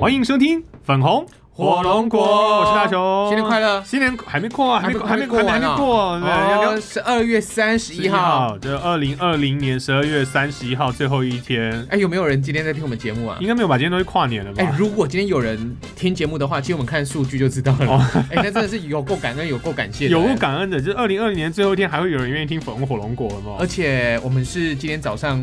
欢迎收听粉红火龙果我是大雄，新年快乐新年还没过啊，还没还还没没过还没还完啊没过，对，要哦，要十二月三十一11号。，这二零二零年十二月三十一号最后一天，哎，有没有人今天在听我们节目啊应？该没有把今天都是跨年了吧？哎，如果今天有人听节目的话，其实我们看数据就知道了哦。哎，那真的是有够感恩，有够感谢的，有哎过感恩的，就是二零二零年最后一天还会有人愿意听粉红火龙果了而吗？且我们是今天早上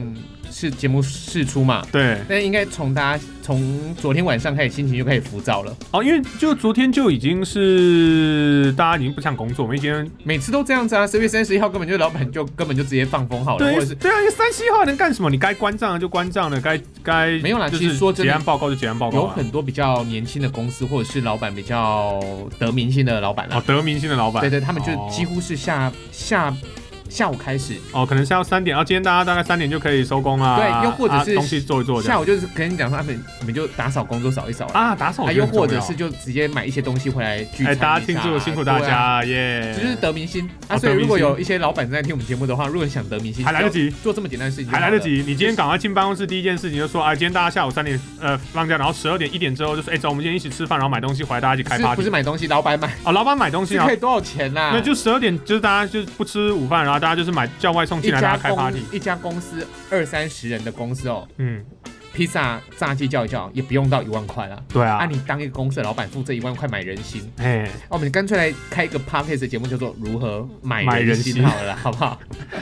是节目试出嘛，对，但应该从大家从昨天晚上开始心情就开始浮躁了，哦，因为就昨天就已经是大家已经不想工作，我们已经每次都这样子啊。十月三十一号根本就老板就根本就直接放风好了，或者对哦是对啊，三十一号还能干什么？你该关账的就关账了，该该没有啦就其是实说真的结案报告就结案报告有啊。很多比较年轻的公司或者是老板比较得民心的老板哦啊，，得明星的老板，对对，他们就几乎乎是下下下午开始，哦，可能是要三点，然后今天大家大概三点就可以收工啦。对又或者是啊东西做一做这样下午就是跟你讲说他们你们就打扫工作扫一扫啊，啊，打扫我啊觉得又很重要或者是就直接买一些东西回来聚餐哎，一下大家庆祝辛苦大对啊家耶，这就是得明星啊，哦所以得明星如果有一些老板正在听我们节目的话，如果你想得明星，还来得及只要做这么简单的事情，还来得。及。你今天赶快进办公室，第一件事情就说，哎，今天大家下午三点呃放假，然后十二点一点之后就说，哎，走，我们今天一起吃饭，然后买东西回来，大家一起开是不 party 是。买东西，老板买哦，老板买东西是啊可以，多少钱啦、那就十二点，就是大家就是不吃午饭，然后大家就是买叫外送一进来，大家家开 party 公。一家公司二三十人的公司哦，嗯，披萨炸鸡叫一叫也不用到一万块啦。对啊，啊，你当一个公司的老板付这一万块买人心，哎，哦，我们干脆来开一个 podcast 的节目，叫做如何买买人人心心好了啦，好不 好？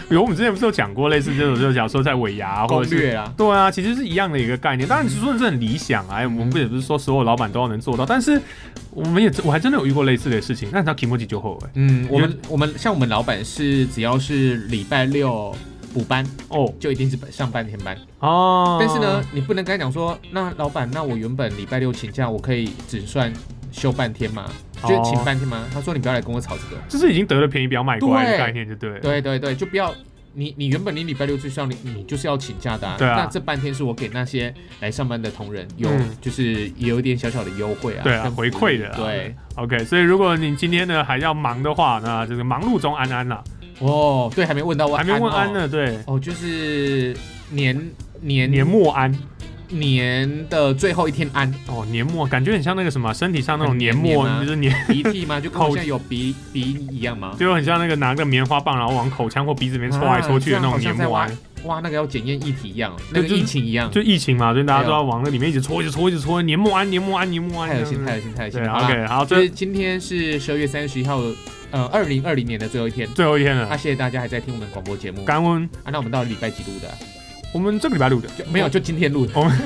比如我们之前不是有讲过类似这种，就是假如说在尾牙或攻者是略啦，对啊，其实是一样的一个概念。当然，说的是很理想啊，我嗯们不也不是说所有老板都要能做到，但是我们也我还真的有遇过类似的事情。那你知道 Kimoji 就后哎、嗯，我们我们像我们老板是只要是礼拜六补班，哦就一定是上半天班。哦，但是呢，，你不能跟他讲说，那老板，那我原本礼拜六请假，我可以只算休半天吗？就是哦请半天吗？他说你不要来跟我吵这个。就是已经得了便宜不要卖乖对的概念，就对了。对对对，就不要你你原本你礼拜六就是要你你就是要请假的、啊。对啊那这半天是我给那些来上班的同仁有、嗯就是也有一点小小的优惠啊，对啊跟回馈的啊对， OK，所以如果你今天呢还要忙的话，那就是忙碌中安安啦、哦，对，还没问到我还没问安哦。呢，对，哦，就是年年年末安年的最后一天 安哦，年末感觉很像那个什么，身体上那种年黏黏末吗就是年， 鼻涕吗？就跟我口现在有鼻鼻一样吗？就很像那个拿个棉花棒然后往口腔或鼻子里面戳来戳去的那种年末啊安这样好像在。挖那个要检验议题一样，对那个就是疫情一样，就疫情嘛，所以大家都要往那里面一直戳，一直戳，一直戳，年末安，年末安，年末安。太恶心，太恶心，太恶对心。好啦， ，OK，好，就这是今天是十二月三十一号，呃，二零二零年的最后一天。最后一天啊，了，谢谢大家还在听我们广播节目啊。感恩那我们到底礼拜几录的啊？我们这个礼拜录的，就没有，就今天录的。我们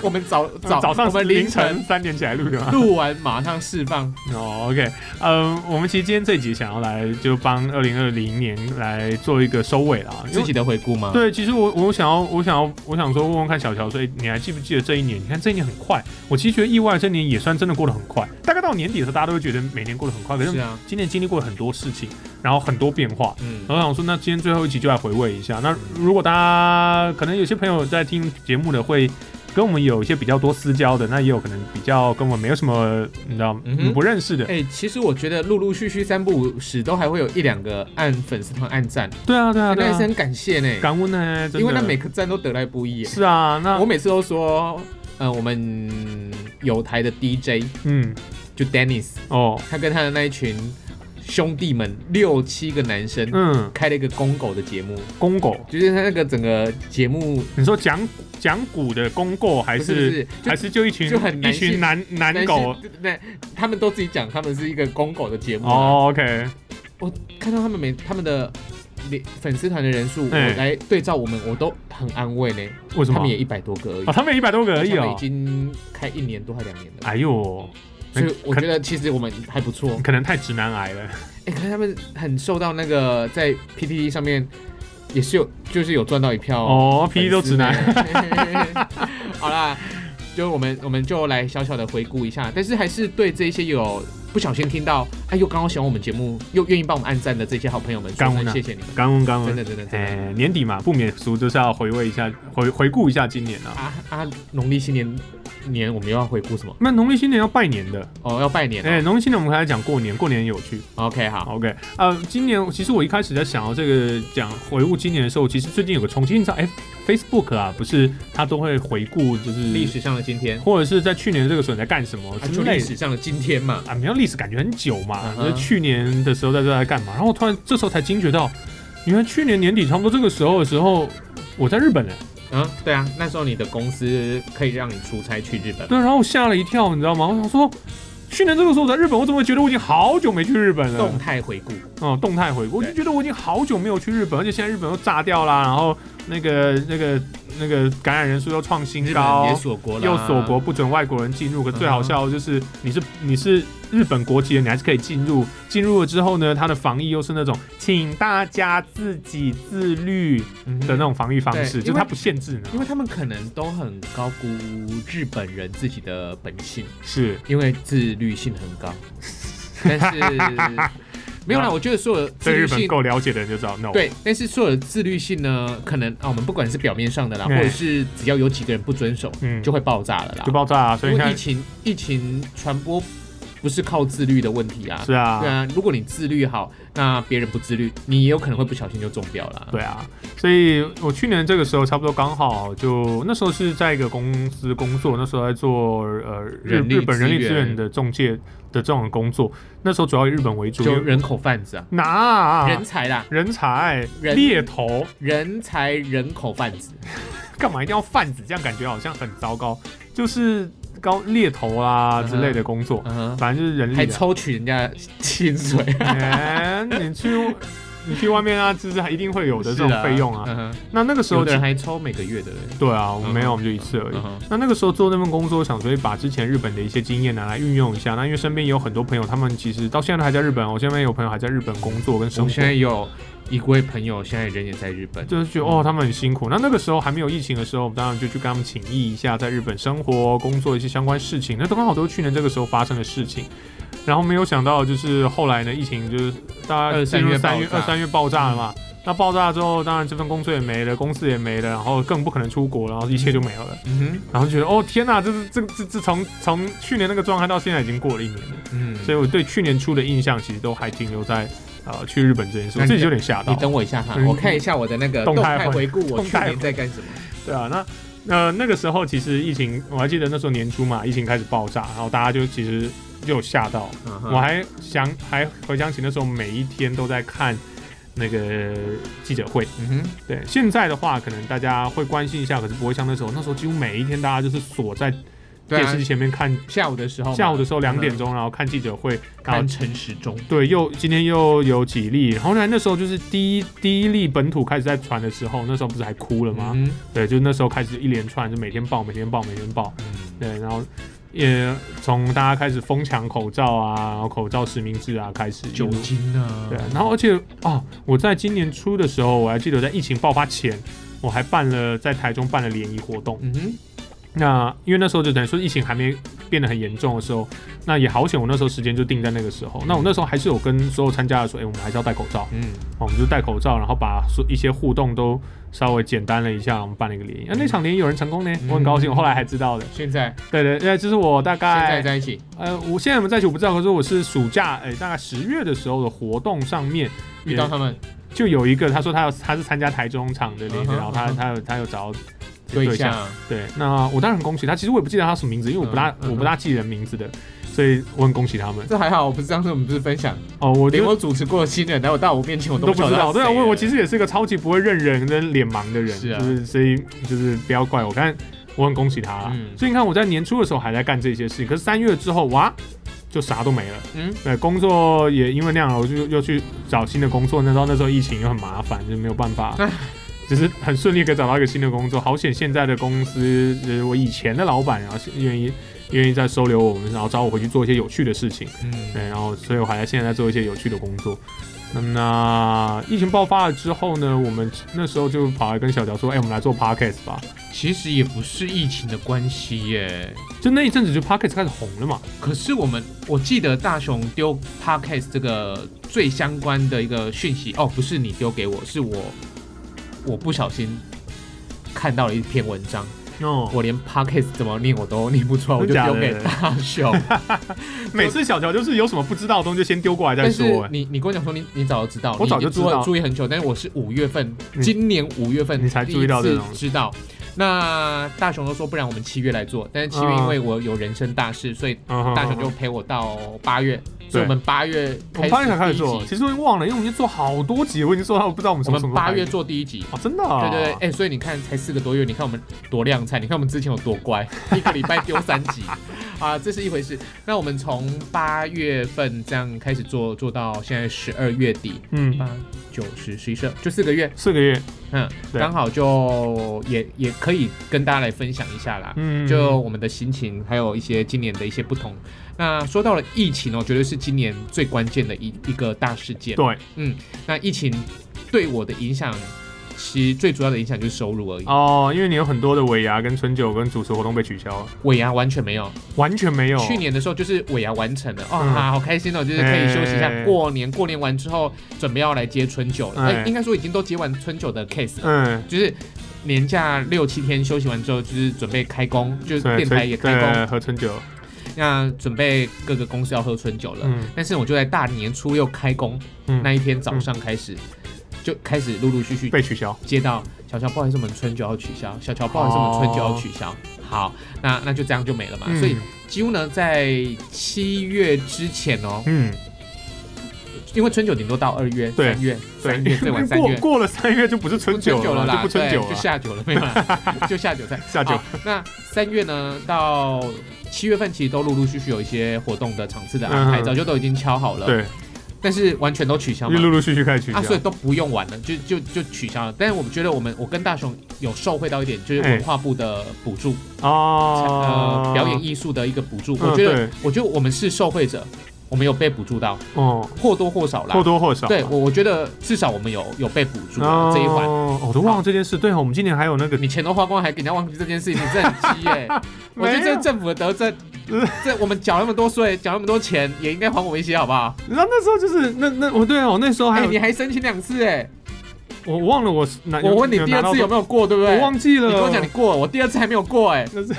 我 们早早早上我是们凌凌晨晨三点起来录的嘛。录完马上释放。 哦，OK，嗯，我们其实今天这集想要来就帮二零二零年来做一个收尾啦，因自为己的回顾吗？，对，其实我我想要我想要我想说问问看小乔，所以你还记不记得这一年？你看这一年很快，我其实觉得意外，这一年也算真的过得很快。大概到年底的时候，大家都会觉得每年过得很快，可是是啊，今年经历过了很多事情，然后很多变化，嗯，然后想说，那今天最后一集就来回味一下。那如果大家可能有些朋友在听节目的，会跟我们有一些比较多私交的，那也有可能比较跟我们没有什么，你知道嗯哼不认识的。哎，其实我觉得陆陆续续三不五时都还会有一两个按粉丝团按赞，对啊，对啊，哎对那也是啊。很感谢呢，感恩呢，真的因为那每颗赞都得来不易耶。是啊，那我每次都说，呃，我们有台的 DJ 嗯就 Dennis，哦他跟他的那一群兄弟们六七个男生。嗯，开了一个公狗的节目，公狗，就是他那个整个节目你说讲讲古的公狗还不是不是是就还是就一群就很一男性群男男狗？但是，那他们都自己讲他们是一个公狗的节目、哦，哦，OK，我看到他们每他们的脸粉丝团的人数，我哎来对照我们，我都很安慰呢。为什他么们？也一百多个而已，哦，他们一百多个而已他们哦已。经开一年多还两年了，哎呦，所以我可觉得其实我们还不 错。可能太直男癌了。哎、可是他们很受到那个在 PTT 上面也是有，就是有赚到一票哦粉丝，P 都直男。呢。 好啦，就我们我们就来小小的回顾一下，但是还是对这些有不小心听到，哎，又刚好喜欢我们节目，又愿意帮我们按赞的这些好朋友们，说干声我呢谢谢你们，感恩感真恩的。真的真的。哎，年底嘛，不免俗，就是要回味一下，回回顾一下今年啊。啊啊！农历新年年我们又要回顾什么？那农历新年要拜年的，哦，要拜年了。哎，哦农历新年我们还讲过年，过年有趣。 OK，好， OK，呃，今年其实我一开始在想要这个讲回顾今年的时候，其实最近有个冲击，你知道，哎 Facebook 啊，不是它都会回顾，就是历，史上的今天，或者是在去年这个时候你在干什么啊，之就类历的史上的今天嘛，啊，没有历史感觉很久嘛嗯，哼就是去年的时候在这在干嘛，然后我突然这时候才惊觉到，原来去年年底差不多这个时候的时候，我在日本呢、嗯，对啊，那时候你的公司可以让你出差去日本，对，然后我吓了一跳，你知道吗？我想说，去年这个时候我在日本，我怎么会觉得我已经好久没去日本了动？态回顾，哦、动态回顾，我就对觉得我已经好久没有去日本，而且现在日本又炸掉啦，然后那个那个那个感染人数又创新日本也高，锁国了，又锁国，不准外国人进入。可最好嗯哼笑的就是你是你是日本国籍的，你还是可以进入。进入了之后呢，它的防疫又是那种请大家自己自律嗯的那种防御方对式，就因是为它不限制呢。因为他们可能都很高估日本人自己的本性，是因为自律性很 高，但是没有啦，我觉得所有的自对律日本性。够了解的人就知道，no，对，但是所有的自律性呢，可能啊，我们不管是表面上的啦，或哎者是只要有几个人不遵守，嗯就会爆炸了啦就。爆炸啊！所以因你为疫看，情疫情传播不是靠自律的问题啊，是啊对，啊，如果你自律好，那别人不自律，你也有可能会不小心就中标了。对啊，所以我去年这个时候差不多刚好就那时候是在一个公司工作，那时候在做呃日人力日本人力资资源源的中介的这种工作，那时候主要以日本为主，就因为人口贩子啊，哪啊人才啦，人才人猎头，人才人口贩子，干嘛一定要贩子？这样感觉好像很糟糕，就是高猎头啊之类的工作，嗯哼，反正就是人还力、啊。抽取人家薪水，啊哎，你去你去外面啊，就是一定会有的这种是啊费用啊。嗯哼那那个时候有的其人还抽每个月的，对啊，我嗯没有，我们就一次而已嗯。哼那那个时候做那份工作，我想所以把之前日本的一些经验拿来运用一下。那因为身边也有很多朋友，他们其实到现在都还在日本哦。我身边有朋友还在日本工作跟生我活，现在有一位朋友，现在人也在日本，就是觉得哦，他们很辛苦。那那个时候还没有疫情的时候，我们当然就去跟他们请益一下，在日本生活、工作一些相关事情。那都刚好都是去年这个时候发生的事情。然后没有想到，就是后来呢，疫情就是大家二进三入月三月、爆炸二三月爆炸了嘛。那爆炸之后，当然这份工作也没了，公司也没了，然后更不可能出国，然后一切就没有了。嗯然后就觉得哦天呐，这是这这这从从去年那个状态到现在已经过了一年了，哼，嗯，所以我对去年初的印象其实都还停留在呃去日本这件事，那我你自己有点吓到。你等我一下哈，嗯我看一下我的那个动动态态回回顾，我动去态年回在干什么？对啊，那呃那个时候其实疫情，我还记得那时候年初嘛，疫情开始爆炸，然后大家就其实就有吓到，嗯我哼还想还回想起那时候每一天都在看那个记者会。嗯哼，对，现在的话可能大家会关心一下，可是不会像那时候，那时候几乎每一天大家就是锁在对电啊视，机前面看下午的时候嘛，下午的时候两嗯点钟，然后看记者会，然看后陈时中，对，又今天又有几例，然后呢，那时候就是第一第一例本土开始在传的时候，那时候不是还哭了吗？嗯对，就那时候开始一连串，就每天报，每天报，每天报，哼，对，然后也从大家开始疯抢口罩啊，然后口罩实名制啊开始一路酒精啊，对，然后而且哦，我在今年初的时候，我还记得在疫情爆发前，我还办了在台中办了联谊活动。嗯哼，那因为那时候就等于说疫情还没变得很严重的时候，那也好险，我那时候时间就定在那个时候。那我那时候还是有跟所有参加的说，哎、我们还是要戴口罩，嗯，哦我们就戴口罩，然后把所一些互动都稍微简单了一下，我们办了一个联谊。啊，那场联谊有人成功呢，我很高兴，嗯我后来还知道的。现在对对，因为这是我大现在概在一起，呃，我现在我们在一起我不知道，可是我是暑假哎、大概十月的时候的活动上面遇到他们就有一个，他说他要他是参加台中场的联谊，嗯哼然后他嗯哼他有他有找到对象。象，对，那我当然很恭喜他。其实我也不记得他什么名字，因为我不大、嗯嗯我不大记人名字的，所以我很恭喜他们。这还好，我不是上次我们不是分享，哦，我觉连得我主持过的新人来我到我面前我都不晓知得道，对啊，我我其实实也是个超级不会认人跟脸盲的人，是啊就是所以就是不要怪我，但我很恭喜他啦。嗯所以你看我在年初的时候还在干这些事情，可是三月之后哇。就啥都没了，嗯，对，工作也因为那样了，我就又去找新的工作。那时候那时候疫情又很麻烦，就没有办法，只是很顺利可以找到一个新的工作。好险，现在的公司，就是我以前的老板，然后是愿意愿意再收留我们，然后找我回去做一些有趣的事情。嗯，对，然后所以我还在现在在做一些有趣的工作。那么那疫情爆发了之后呢，我们那时候就跑来跟小乔说，哎、我们来做 podcast 吧。其实也不是疫情的关系耶。就那一阵子就 podcast 开始红了嘛，可是我们，我记得大雄丢 podcast 这个最相关的一个讯息哦，不是你丢给我，是我我不小心看到了一篇文章，哦，我连 podcast 怎么念我都念不出来，我就真假的丢给大雄。每次小乔就是有什么不知道的东西就先丢过来再但是说、哎你你跟我讲说你你早就知道，我早就你知道你注意注意很久，但是我是五月份，嗯今年五月份你才第注意一到这次种知道。那大雄都说，不然我们七月来做，但是七月嗯因为我有人生大事，所以嗯哼大雄就嗯哼陪我到八月，所以我们八月我们开始八月才开第始一做，集其实我已经忘了，因为我们已经做好多集，我已经做到不知道我们什我么什么们八月做第一集。哦，真的、啊，对对对，哎、所以你看才四个多月，你看我们多量产，你看我们之前有多乖，一个礼拜丢三集， 啊，这是一回事。那我们从八月份这样开始做，做到现在十二月底，嗯，八九十十一十二，就四个月，四个月，嗯，对刚好就也也可以跟大家来分享一下啦。嗯，就我们的心情，还有一些今年的一些不同。那说到了疫情哦，绝对是今年最关键的一一个大事件。对那疫情对我的影响，其实最主要的影响就是收入而已。哦，因为你有很多的尾牙跟春酒跟主持活动被取消了，尾牙完全没有，完全没有。去年的时候就是尾牙完成了，哦，嗯啊好开心哦，就是可以休息一下哎。过年，过年完之后准备要来接春酒了，哎哎，应该说已经都接完春酒的 case 了。嗯，就是年假六七天休息完之后，就是准备开工，就是对，电台春也开工，对喝春酒，那准备各个公司要喝春酒了。嗯但是我就在大年初六开工、那嗯，一天早上开始，就开始陆陆续续被取消。接到小乔，不好意思，我们春酒要取消。小乔，不好意思，我们春酒要取消。好，那那就这样就没了嘛。哦嗯所以几乎呢，在七月之前哦，嗯，因为春酒顶多到二月、对三月、对，三月最 晚三过月。过了三月就不是不春春酒了了，啦，就不春对酒了就，下酒了，没有啦，就下酒菜。下酒好。那三月呢，到七月份其实都陆陆续续有一些活动的场次的安排，嗯哼早就都已经敲好了，对，但是完全都取消就嘛。陆陆续续开始取消啊，。所以都不用玩了，就就就取消了。但是我们觉得，我们我跟大雄有受惠到一点，就是哎文化部的补助，哦呃，，表演艺术的一个补助。嗯我觉得对，我觉得我们是受惠者，我们有被补助到，哦，或多或少啦。或多或少。对我，我觉得至少我们有有被补助啊这一环。哦，我都忘了这件事。对哦，我们今年还有那个你钱都花光，还给人家忘记这件事情，你这很鸡耶、我觉得没有这政府的德政嗯，这我们缴那么多税，缴那么多钱，也应该还我们一些，好不好？你知道那时候就是那那我对啊，我那时候还哎、有、你还申请两次哎、我我忘了我是哪我问你第二次有没没有过，对不对？我忘记了，你跟我讲你过了，我第二次还没有过哎、那是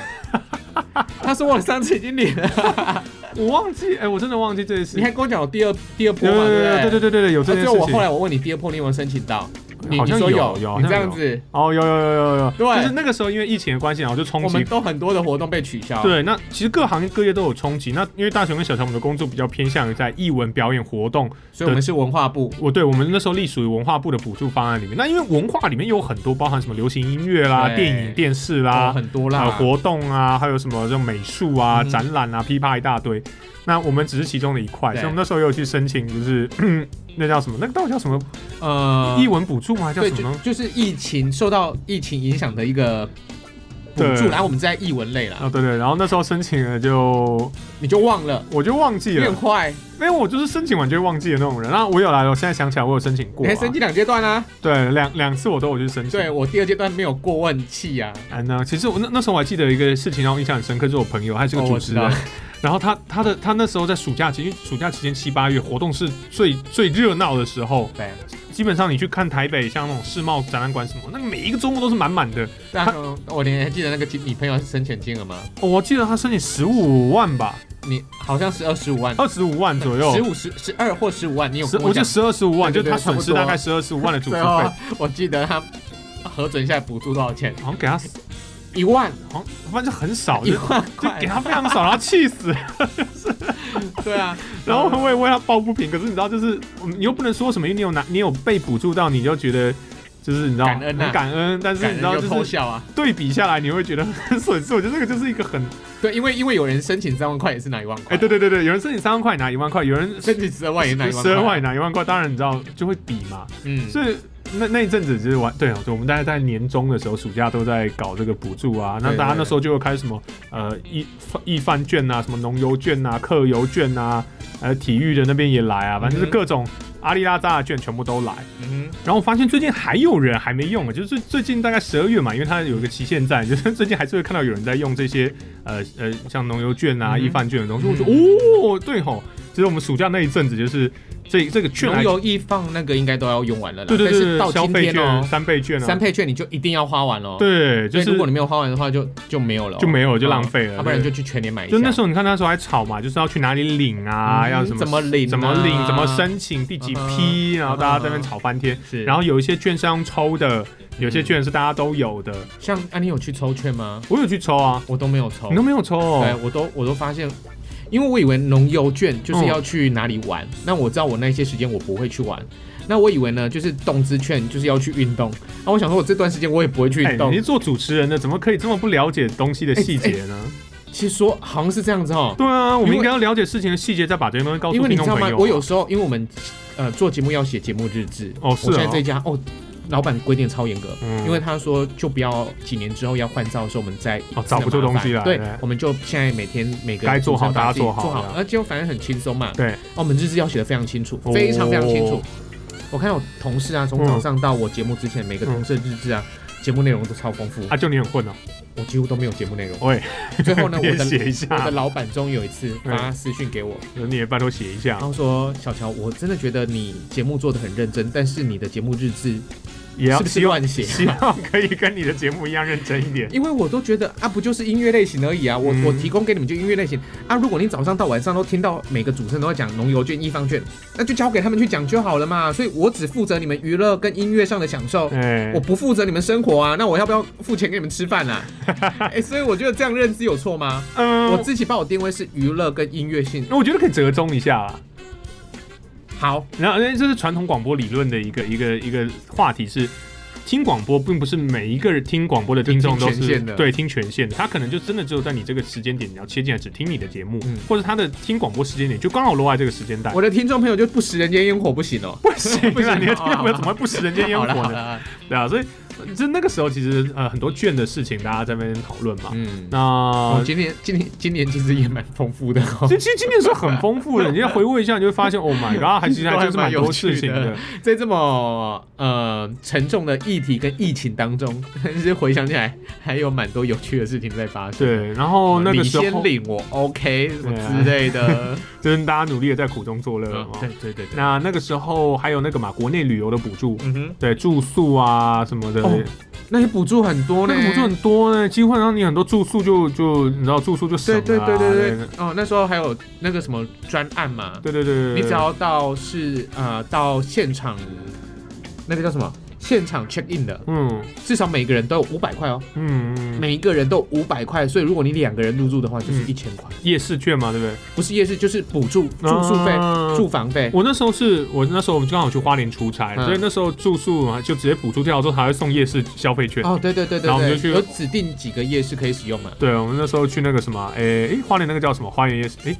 他说我上次已经领了，我忘记哎、我真的忘记这件事。你还跟我讲有第二第二波有嘛，有对不有对对对对对有这啊件就事我情。后来我问你第二波你有没有申请到，你好你像说有有好你像这样有子，哦，有有有有有，对就是那个时候因为疫情的关系，然后就冲我们击。都很多的活动被取消，对，那其实各行各业都有冲击。那因为大雄跟小乔，我们的工作比较偏向于在艺文表演活动。所以我们是文化部，我对我们那时候隶属于文化部的补助方案里面。那因为文化里面有很多包含什么流行音乐啦、对电影、电视啊、啦、很多呃啦，活动啊，还有什么这种美术啊、嗯哼展览啊，噼啪一大堆。那我们只是其中的一块，对所以我们那时候也有去申请，就是 那叫什么？那个到底叫什么？呃，译文补助吗？还叫对，什就么？就是疫情受到疫情影响的一个补助，对然后我们在译文类啦，啊，对对，然后那时候申请了就你就忘了，我就忘记你了很，坏，因为我就是申请完就会忘记的那种人。啊那我有来了，我现在想起来我有申请你过、啊还，升级两阶段啊？对，两两次我都有去申请。对我第二阶段没有过问气啊，啊，那其实我那那时候我还记得一个事情让我印象很深刻，就是我朋友，他是个哦主我持知人，道 然后他他的他那时候在暑假期，因为暑假期间七八月活动是最最热闹的时候，对，基本上你去看台北像那种世贸展览馆什么，那个每一个周末都是满满的、然后我连还记得那个金你朋友是申请金额吗？哦我记得他申请十五万吧，你好像是二十五万，二十五万左右十。五十十二或十五万，你有啊十，跟我记讲得？十二十五万，对就是对对他损失差不多大概十二十五万的主持对费，哦好，我记得他核准下来补助多少钱？像给他，一万，好像反正就很少，一哦就万就块给，他非常少，然后气死。 对啊，然后我也为他抱不平，可是你知道，就是我们你又不能说什么，因为你有拿，你有被补助到，你就觉得就是你知道感恩啊很感恩，但是感你知人道又偷就是笑啊。对比下来，你会觉得很 损失。我觉得这个就是一个很对，因为因为有人申请三万块也是拿一万块，哎，对对对对，有人申请三万块拿一万块，有人申请十二万也拿一万十块，二万也拿一万块，当然你知道就会比嘛。嗯，所以那那一阵子就是玩对哦，就我们大概在年中的时候，暑假都在搞这个补助啊。那对大家对那对时候就会开什么呃易易饭券啊，什么农游券啊、客游券啊，呃体育的那边也来啊，反正就是嗯哼各种阿里拉扎的券全部都来。嗯然后我发现最近还有人还没用啊，就是最最近大概十二月嘛，因为它有一个期限在，就是最近还是会看到有人在用这些呃呃像农游券嗯啊、哼易饭券的东西。我说嗯哦，对吼，其实我们暑假那一阵子就是这这个券农来，游易放那个应该都要用完了啦，对对但对是对，到消今费天券、哦，三倍券啊，三倍券你就一定要花完哦。对，就所以是如果你没有花完的话就，就没有了哦，就没有就嗯浪费了要不然对就去全年买一下。就那时候你看那时候还吵嘛，就是要去哪里领啊，嗯要什么怎么领啊怎么领，怎么申请，第几批，嗯哼然后大家在那边吵翻天。是，然后有一些券是要用抽的，有些嗯券是大家都有的。像啊，你有去抽券吗？我有去抽啊，我都没有抽你，都没有抽对哦。我都我都发现，因为我以为农游券就是嗯要去哪里玩，那我知道我那些时间我不会去玩，那我以为呢就是动资券就是要去运动，那我想说我这段时间我也不会去哎运，动你是，做主持人的，怎么可以这么不了解东西的细节呢？其实说好像是这样子哦，对啊，我哎因们为应该要了解事情的细节，再把这些东西告因诉为听你知众道朋吗友啊。？我有时候因为我们呃做节目要写节目日志，哦是我现在这哦一家哦，老板规定超严格，嗯因为他说就不要几年之后要换照的时候我们再哦找不出东西来对对，我们就现在每天每个该做好主持人把大家自己做好做这好，样而且反正很轻松嘛。对哦，我们日志要写的非常清楚哦，非常非常清楚。我看我同事啊，从早上到我节目之前，每个嗯同事的日志啊，节目内容都超丰富，啊，就你很混哦，我几乎都没有节目内容。喂，最 后呢，你我也的写一我的下，老板终于有一次发私讯给我，呃你也拜托写一下然，后说：“小乔，我真的觉得你节目做的很认真，但是你的节目日志也要是不是希望乱 写？希望可以跟你的节目一样认真一点。因为我都觉得啊，不就是音乐类型而已啊，我、嗯我提供给你们就音乐类型啊。如果你早上到晚上都听到每个主持人都在讲农游券、易方券，那就交给他们去讲就好了嘛。所以我只负责你们娱乐跟音乐上的享受。哎 我，不负责你们生活啊，那我要不要付钱给你们吃饭啊？ 哎、所以我觉得这样认知有错吗？嗯我自己把我定位是娱乐跟音乐性。那我觉得可以折中一下啊啦。好，然后，因为这是传统广播理论的一个一个一个话题是，听广播并不是每一个人听广播的听众就都听全是线的对听全线的，他可能就真的只有在你这个时间点你要切进来只听你的节目，嗯或者他的听广播时间点就刚好落在这个时间段。我的听众朋友就不食人间烟火不行哦。不行不行啊！你的听好好众朋友怎么会不食人间烟好火了好呢？了， 对啊，所以就那个时候其实呃很多卷的事情大家在那边讨论嘛。嗯，我那今年今年今年其实也蛮丰富的哦。其实其实今年是很丰富的，你要回味一下，你就会发现，Oh my god，还其实还真是蛮多事情都还蛮的有。在这么呃沉重的议题跟疫情当中，但是回想起来还有蛮多有趣的事情在发生。对，然后那个时你候先领我 OK 什么对啊之类 的，就是大家努力的在苦中作乐嗯嘛。对对对对，那那个时候还有那个嘛，国内旅游的补助，嗯哼，对住宿啊什么的，哦哦那些补助很多那呢，个补助很多呢，基本上你很多住宿就就你知道住宿就省了对啊、对对对对对，哦，那时候还有那个什么专案嘛，对对对，你只要到是呃到现场那个叫什么现场 check in 的，嗯至少每个人都有五百块哦，嗯嗯每一个人都五百块，所以如果你两个人入住的话，就是嗯一千块，夜市券嘛，对不对？不是夜市就是补助住宿费、啊住房费。我那时候是我那时候我们刚好去花莲出差，嗯所以那时候住宿啊就直接补助掉之后，还会送夜市消费券。哦，对对对然嗯后我们对就去对，有指定几个夜市可以使用嘛？对，我们那时候去那个什么，诶、诶花莲那个叫什么？花莲夜市，诶、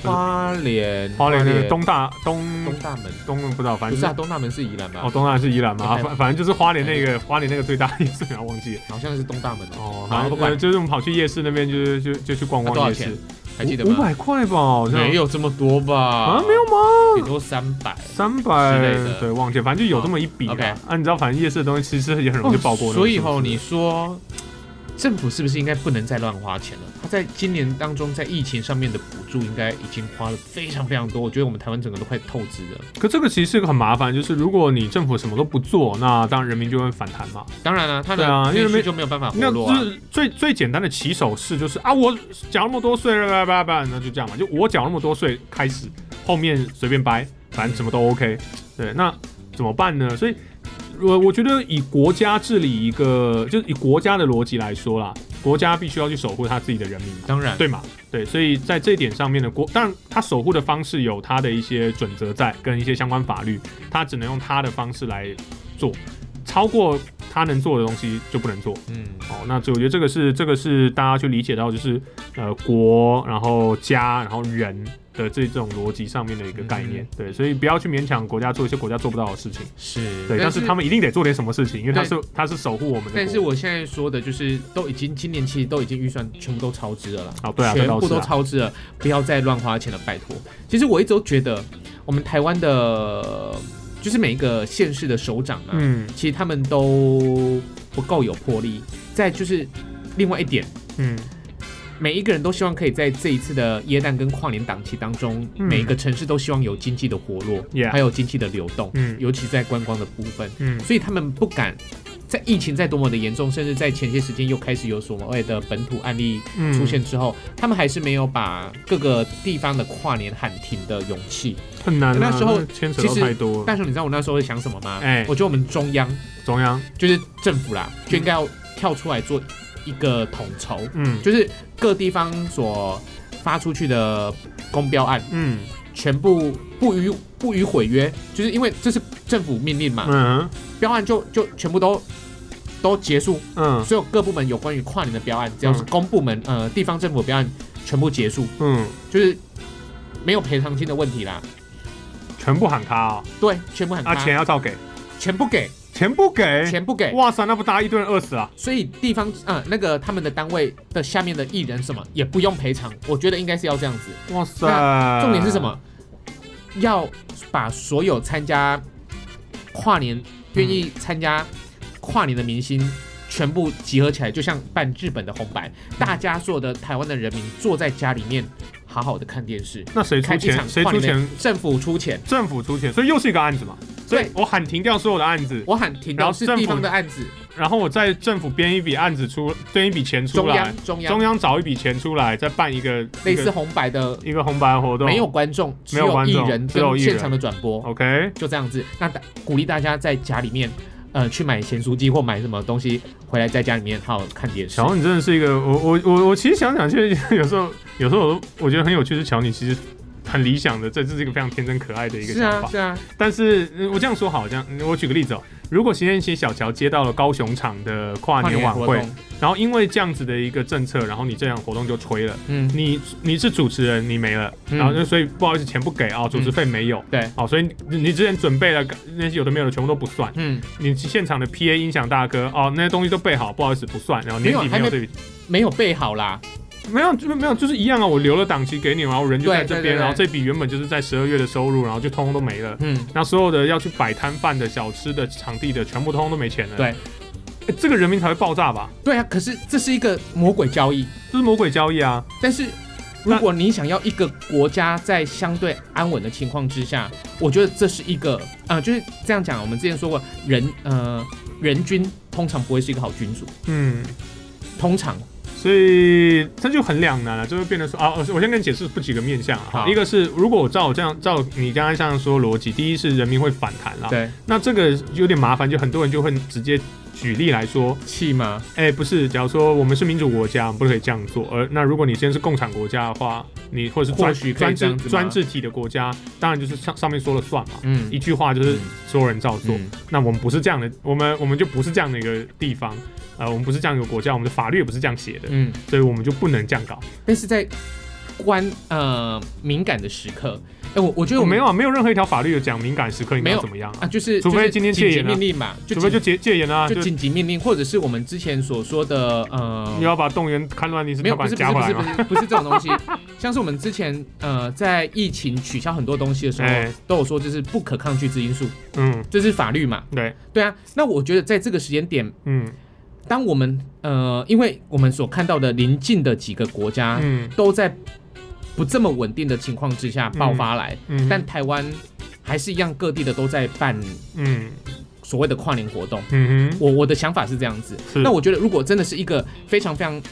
是花莲，花莲那个东大东东大门，东不知道，反不正是啊，是东大门是宜兰吧？哦，东大是宜兰嘛，哎反反正就是花莲那个花莲那个最大的夜市，然后忘记了。好像是东大门哦，哦，好然后不管呃就是我们跑去夜市那边，就是就就去逛啊多逛少夜市钱，还记得五吗？百块吧，好像没有这么多吧？啊，没有吗？顶多三百。三之百类的对，忘记了，反正就有这么一笔哦，OK 啦。啊，你知道，反正夜市的东西其实也很容易爆过那个数字，哦所以吼，你说政府是不是应该不能再乱花钱了？他在今年当中，在疫情上面的补助应该已经花了非常非常多，我觉得我们台湾整个都快透支了。可这个其实是个很麻烦，就是如果你政府什么都不做，那当然人民就会反弹嘛。当然了、他对啊因的为内需没就没有办法活那络就啊。是最最简单的起手式就是啊，我缴那么多税了，拜拜拜，那就这样嘛，就我缴那么多税开始，后面随便掰，反正什么嗯都 OK。对，那怎么办呢？所以，我我觉得以国家治理一个，就是以国家的逻辑来说啦，国家必须要去守护他自己的人民嘛。当然，对嘛？对，所以在这一点上面呢，国当然他守护的方式有他的一些准则在，跟一些相关法律，他只能用他的方式来做，超过他能做的东西就不能做。嗯，哦，那这我觉得这个是这个是大家去理解到，就是呃国，然后家，然后人的这种逻辑上面的一个概嗯念。对，所以不要去勉强国家做一些国家做不到的事情。是。对，但是他。们一定得做点什么事情，因为他是他是守护我们的国。但是我现在说的就是，都已经今年其实都已经预算全部都超支了啦，哦对啊全这倒部是啊都超支了，不要再乱花钱了，拜托。其实我一直都觉得，我们台湾的，就是每一个县市的首长啊，嗯其实他们都不够有魄力。再就是另外一点，嗯每一个人都希望可以在这一次的耶诞跟跨年档期当中，嗯每一个城市都希望有经济的活络 Yeah 还有经济的流动，嗯尤其在观光的部分，嗯所以他们不敢在疫情再多么的严重，甚至在前些时间又开始有所谓的本土案例嗯出现之后，他们还是没有把各个地方的跨年喊停的勇气。很难啊、那时候牵扯到其实太多了，但是你知道我那时候会想什么吗？哎我觉得我们中央中央，就是政府啦，就应该要跳出来做一个统筹，嗯就是各地方所发出去的公标案嗯全部不予不予毁约，就是因为这是政府命令嘛，嗯标案就就全部都都结束，嗯所有各部门有关于跨年的标案，只要是公部门呃地方政府的标案全部结束，嗯，就是没有赔偿金的问题啦，全部喊卡啊、对，全部很啊，趴钱哎要照给，全不给，钱不给，钱不给，哇塞，那不大家一堆人饿死啊？所以地方啊、那个他们的单位的下面的艺人什么也不用赔偿，我觉得应该是要这样子。哇塞，重点是什？么？要把所有参加跨年、愿意嗯参加跨年的明星全部集合起来，就像办日本的红白，嗯大家所有的台湾的人民坐在家里面好好的看电视，那谁出看一钱？场谁跨出年的钱？政府出钱，政府出钱，所以又是一个案子嘛。所以对我喊停掉所有的案子，我喊停然到后是政府地方的案子，然后我在政府编一笔案子出，编一笔钱出中来，央中央中央找一笔钱出来，再办一个类一似个红白的。一个红白活动。没有观众，只没有有观艺众人只有跟艺现人哦场的转播。 ，OK，就这样子。那大鼓励大家在家里面，呃，去买咸酥鸡或买什么东西回来，在家里面好好看电视乔，。你真的是一个，我我我我其实想想，其实 有时候有时候我都我觉得很有趣，是乔你其实很理想的，这这是一个非常天真可爱的一个是想啊法。是啊，但是嗯我这样说好，这样嗯我举个例子哦，如果邢彦琪小乔接到了高雄场的跨年晚跨会年活，动，然后因为这样子的一个政策，然后你这样活动就吹了，嗯，你你是主持人，你没了，嗯然后就所以不好意思，钱不给啊、主持费没有。对，哦，所以你你之前准备了那些有的没有的，全部都不算。嗯，你现场的 PA 音响大哥哦，那些东西都备好，不好意思不算。然后年底没有没还有没对比，没有备好啦，没有就没有就是一样啊。我留了档期给你，然后人就在对这对边，对对然后这笔原本就是在十二月的收入，然后就通通都没了。嗯，那所有的要去摆摊贩的、小吃的、场地的，全部通通都没钱了。对诶，这个人民才会爆炸吧？对啊。可是这是一个魔鬼交易，这是魔鬼交易啊！但是。如果你想要一个国家在相对安稳的情况之下，我觉得这是一个，呃，就是这样讲。我们之前说过，人，呃，人均通常不会是一个好君主，嗯，通常所以这就很两难了，就会变得说啊，我我先跟你解释不几个面向啊。好一个是如果我照我这样照你刚才这样说逻辑，第一是人民会反弹啦，对那这个有点麻烦，就很多人就会直接举例来说，气嘛，哎、不是，假如说我们是民主国家，我们不可以这样做。而那如果你今天是共产国家的话，你或者是专或许可以专这制样子吗专制体的国家，当然就是上上面说了算嘛。嗯一句话就是所有人照做。嗯那我们不是这样的，我们我们就不是这样的一个地方，呃，我们不是这样一个国家，我们的法律也不是这样写的，嗯，所以我们就不能这样搞。但是在关呃敏感的时刻，哎、我我觉得我没们有啊，没有任何一条法律有讲敏感时刻应该没要有怎么样啊，啊，就是除非就是今天戒紧急严啊命令嘛，就除非就紧戒戒严啊，就就紧急命令，或者是我们之前所说的呃你。要把动员戡乱临时没有，条不款是不加回是不来是不嘛。是不是这种东西，像是我们之前呃在疫情取消很多东西的时候哎，都有说这是不可抗拒之因素，嗯，这是法律嘛？对，对啊，那我觉得在这个时间点，嗯当我们呃，因为我们所看到的邻近的几个国家嗯都在不这么稳定的情况之下爆发来，嗯，但台湾还是一样，各地的都在办嗯所谓的跨年活动。嗯哼，我我的想法是这样子，是那我觉得如果真的是一个非常非常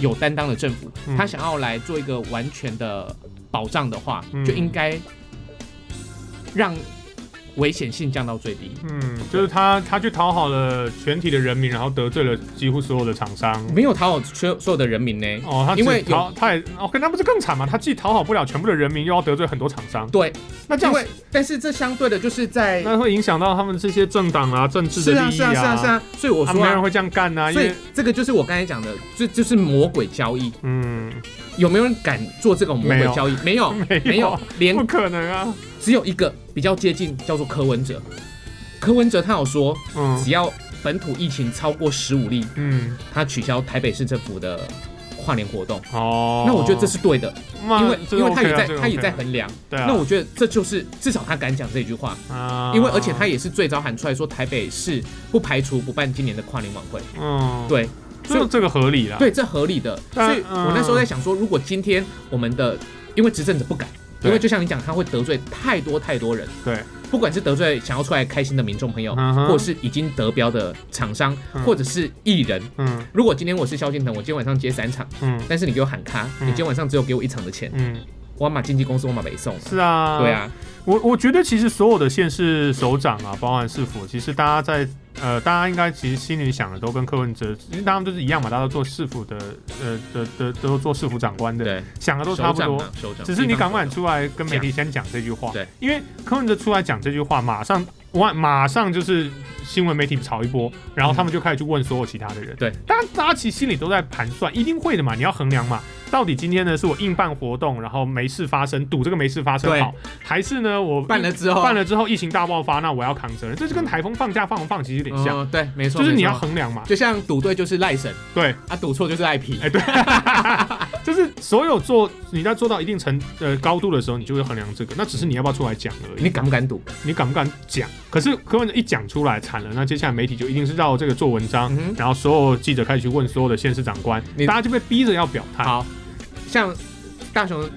有担当的政府，嗯他想要来做一个完全的保障的话，嗯就应该让危险性降到最低。嗯，就是他他去讨好了全体的人民，然后得罪了几乎所有的厂商。没有讨好所所有的人民呢？哦，他只因为有讨他也哦，跟他不是更惨嘛？他既讨好不了全部的人民，又要得罪很多厂商，对，那这因样为但是这相对的就是在那会影响到他们这些政党啊、政治是的啊利益是啊是啊是啊，所以我啊说没人啊、会这样干呐、因所以为这个就是我刚才讲的，这就是魔鬼交易。嗯，有没有人敢做这种魔没鬼有交易？没有， 没没有有，，连不可能啊，只有一个比较接近，叫做柯文哲。柯文哲他有说，嗯只要本土疫情超过十五例，嗯，他取消台北市政府的跨年活动。哦，那我觉得这是对的，那因为这因个为他也 OK 啊在这个他也 OK 在衡量。对啊，那我觉得这就是至少他敢讲这句话，啊因为而且他也是最早喊出来说台北市不排除不办今年的跨年晚会。嗯对，所以这这个合理啦。啊对，这合理的。但所以我那时候在想说，如果今天我们的，因为执政者不敢，因对为就像你讲，他会得罪太多太多人，对，不管是得罪想要出来开心的民众朋友，嗯哼或是已经得标的厂商，嗯或者是艺人。嗯如果今天我是萧敬腾，我今天晚上接三场，嗯但是你给我喊卡，嗯你今天晚上只有给我一场的钱，嗯，我要把经纪公司我马没送。是啊，对，啊，我我觉得其实所有的县市首长啊，包含市府，其实大家在呃，大家应该其实心里想的都跟柯文哲，因为大家都是一样嘛，大家都做市府的呃的的都做市府长官的，对，想的都差首不长多嘛。，首长。只是你敢不敢地方首长？出来跟媒体先讲这句话？对，因为柯文哲出来讲这句话，马上哇，马上就是新闻媒体炒一波，然后他们就开始去问所有其他的人。对，大家大家其实心里都在盘算，一定会的嘛，你要衡量嘛，到底今天呢是我硬办活动，然后没事发生，赌这个没事发生对好，还是呢我办了之后，办了了之后疫情大爆发，那我要扛责任？这就跟台风放假放不放其实有点像，嗯，对，没错，就是你要没错衡量嘛。就像赌对就是赖神对，啊，赌错就是赖皮。哎，对，就是所有做你在做到一定程呃高度的时候，你就会衡量这个。那只是你要不要出来讲而已，你你敢不敢赌？你敢不敢讲？可是柯文哲一讲出来惨了，那接下来媒体就一定是绕这个做文章，嗯哼然后所有记者开始去问所有的县市长官，你大家就被逼着要表态。好像大雄，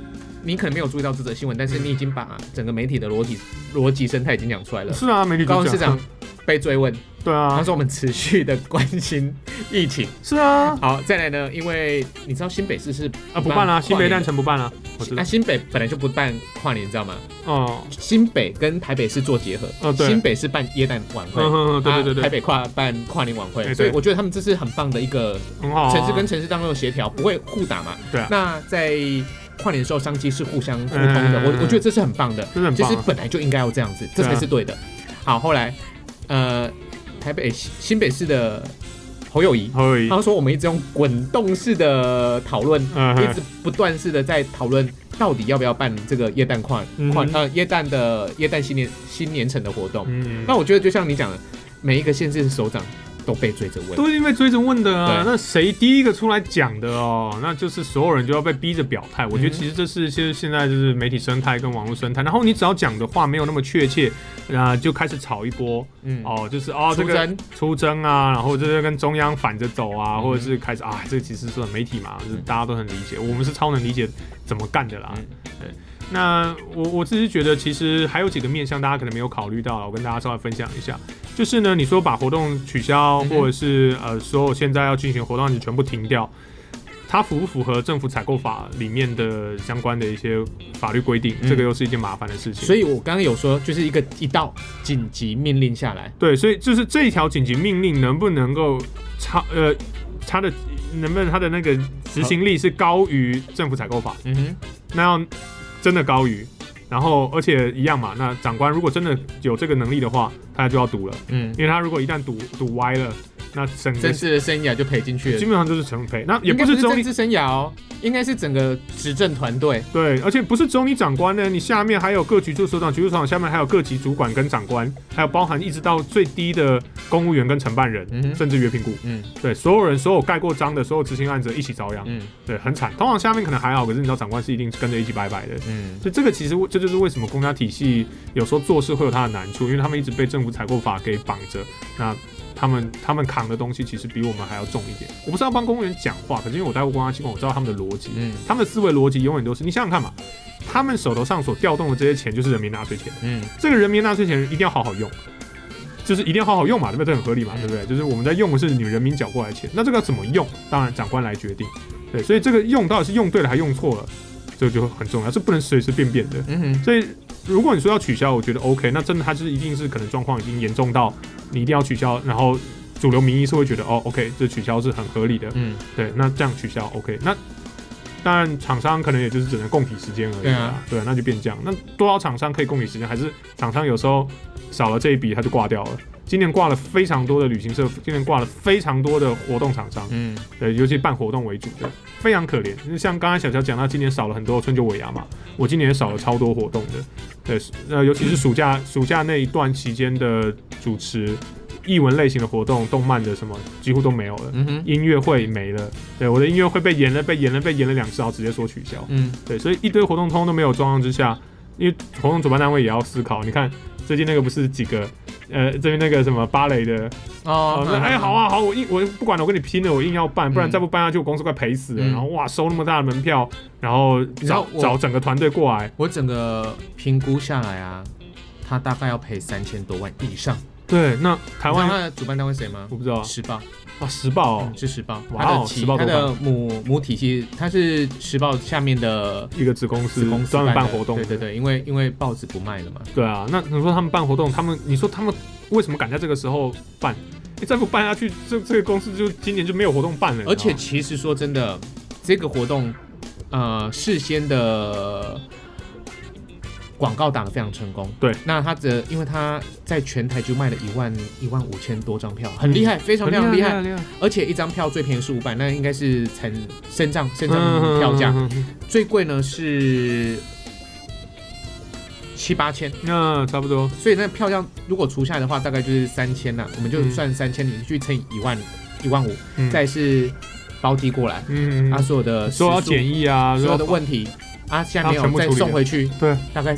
你可能没有注意到这则新闻，但是你已经把整个媒体的逻辑逻辑生态已经讲出来了。是啊，媒体就高雄市这样长。被追问，对他啊，说我们持续的关心疫情。是啊，好，再来呢，因为你知道新北市是啊不办啦、新北诞诞城不办啦、我知啊，道。新北本来就不办跨年，你知道吗？哦，新北跟台北市做结合，哦对新北市办耶诞晚会，嗯哼，哼对对啊对台对，北跨办跨年晚哎会，对所以我觉得他们这是很棒的一个很好、啊。城市跟城市当中的协调，不会互打嘛。对啊那在跨年的时候，商机是互相互通的，嗯我我觉得这是很棒的，真的很其棒、实啊。本来就应该要这样子，这才是对的。好，后来呃，台北新新北市的侯友谊，侯友宜，他说我们一直用滚动式的讨论，嗯一哼直不断式的在讨论到底要不要办这个耶诞跨嗯跨呃耶诞的耶诞新年新年城的活动。嗯，那我觉得就像你讲的，每一个县市首长都被追着问。都是因为追着问的啊。对那谁第一个出来讲的哦？那就是所有人就要被逼着表态。嗯我觉得其实这是现现在就是媒体生态跟网络生态。然后你只要讲的话没有那么确切，啊、就开始炒一波嗯，哦，就是哦出这个征出征啊，然后就是跟中央反着走啊，嗯或者是开始啊，这其实是很媒体嘛，就是大家都很理解，我们是超能理解怎么干的啦。嗯对，那我我自己觉得其实还有几个面向大家可能没有考虑到啦，我跟大家稍微分享一下，就是呢，你说把活动取消，嗯哼或者是呃所有现在要进行活动你全部停掉。它符不符合政府采购法里面的相关的一些法律规定？嗯这个又是一件麻烦的事情。所以我刚刚有说，就是一个一道紧急命令下来，对，所以就是这一条紧急命令能不能够超呃，它的能不能它的那个执行力是高于政府采购法？嗯哼，那要真的高于，然后而且一样嘛，那长官如果真的有这个能力的话，他就要赌了，嗯，因为他如果一旦赌赌歪了，那整个政治的生涯就赔进去基本了。上就是成赔。那也应不该是是只有政你治生涯哦，应该是整个执政团队。对，而且不是只有你长官呢，你下面还有各局处首长、局处首长下面还有各级主管跟长官，还有包含一直到最低的公务员跟承办人，嗯哼甚至约评估。嗯对，所有人、所有盖过章的、所有执行案子一起遭殃，嗯对，很惨。通常下面可能还好，可是你知道长官是一定跟着一起拜拜的。嗯，所以这个其实这就是为什么公家体系有时候做事会有它的难处，因为他们一直被政府采购法给绑着。那他们他们扛的东西其实比我们还要重一点。我不是要帮公务员讲话，可是因为我待过公家机关，我知道他们的逻辑，嗯他们的思维逻辑永远都是你想想看嘛，他们手头上所调动的这些钱就是人民纳税钱。嗯这个人民纳税钱一定要好好用，就是一定要好好用嘛，对不对？这很合理嘛，对嗯不对？就是我们在用的是你人民缴过来的钱，那这个要怎么用，当然长官来决定。对，所以这个用到底是用对了还用错了，这个就很重要，是不能随随便便的。嗯哼，所以如果你说要取消，我觉得 OK，那真的它就是一定是可能状况已经严重到你一定要取消，然后主流民意是会觉得哦，OK，这取消是很合理的，嗯，对，那这样取消 OK，那当然厂商可能也就是只能供体时间而已啦，对对，啊那就变这样。那多少厂商可以供体时间，还是厂商有时候少了这一笔他就挂掉了。今年挂了非常多的旅行社，今年挂了非常多的活动厂商，嗯对，尤其办活动为主的，非常可怜。像刚才小乔讲到，今年少了很多春秋尾牙嘛，我今年也少了超多活动的，对，呃，尤其是暑假暑假那一段期间的主持，艺文类型的活动、动漫的什么，几乎都没有了。嗯哼，音乐会没了，对，我的音乐会被延了，被延了，被延了两次，然后直接说取消，嗯对，所以一堆活动通通都没有状况之下，因为活动主办单位也要思考，你看最近那个不是几个呃这边那个什么芭蕾的，哦哦，那哎好，啊好，我硬我不管了，我跟你拼了，我硬要办，不然嗯再不办下去，我公司快赔死了。嗯然后哇，收那么大的门票，然后知道找我找整个团队过来，我整个评估下来啊，他大概要赔三千多万以上。对，那台你知道湾他的主办单位谁吗？我不知道啊，时报，啊时报哦嗯，是时报，哇他哦的时旗，报他多的母母体系，它是时报下面的一个子公司子公司专门办的活动对的，对对，因为因为报纸不卖了嘛，对啊，那你说他们办活动，他们你说他们为什么敢在这个时候办？你再不办下去，这这个公司就今年就没有活动办了。而且你知其实说真的，这个活动，呃，事先的广告打得非常成功。对，那他的，因为他在全台就卖了一万一万五千多张票，很厉害，非道常吗非常厉害。，嗯厉害而且一张票最便宜是五百，那应该是成升账升账票价，嗯嗯嗯嗯最贵呢是七八千。那差不多，所以那票价如果除下来的话，大概就是三千啦。我们就嗯算三千，你去乘以一万一万五，嗯再是包梯过来，嗯，他嗯所有的说要时速简易啊，所有说的问题啊，现在没他全有部再处理送回去，对，大概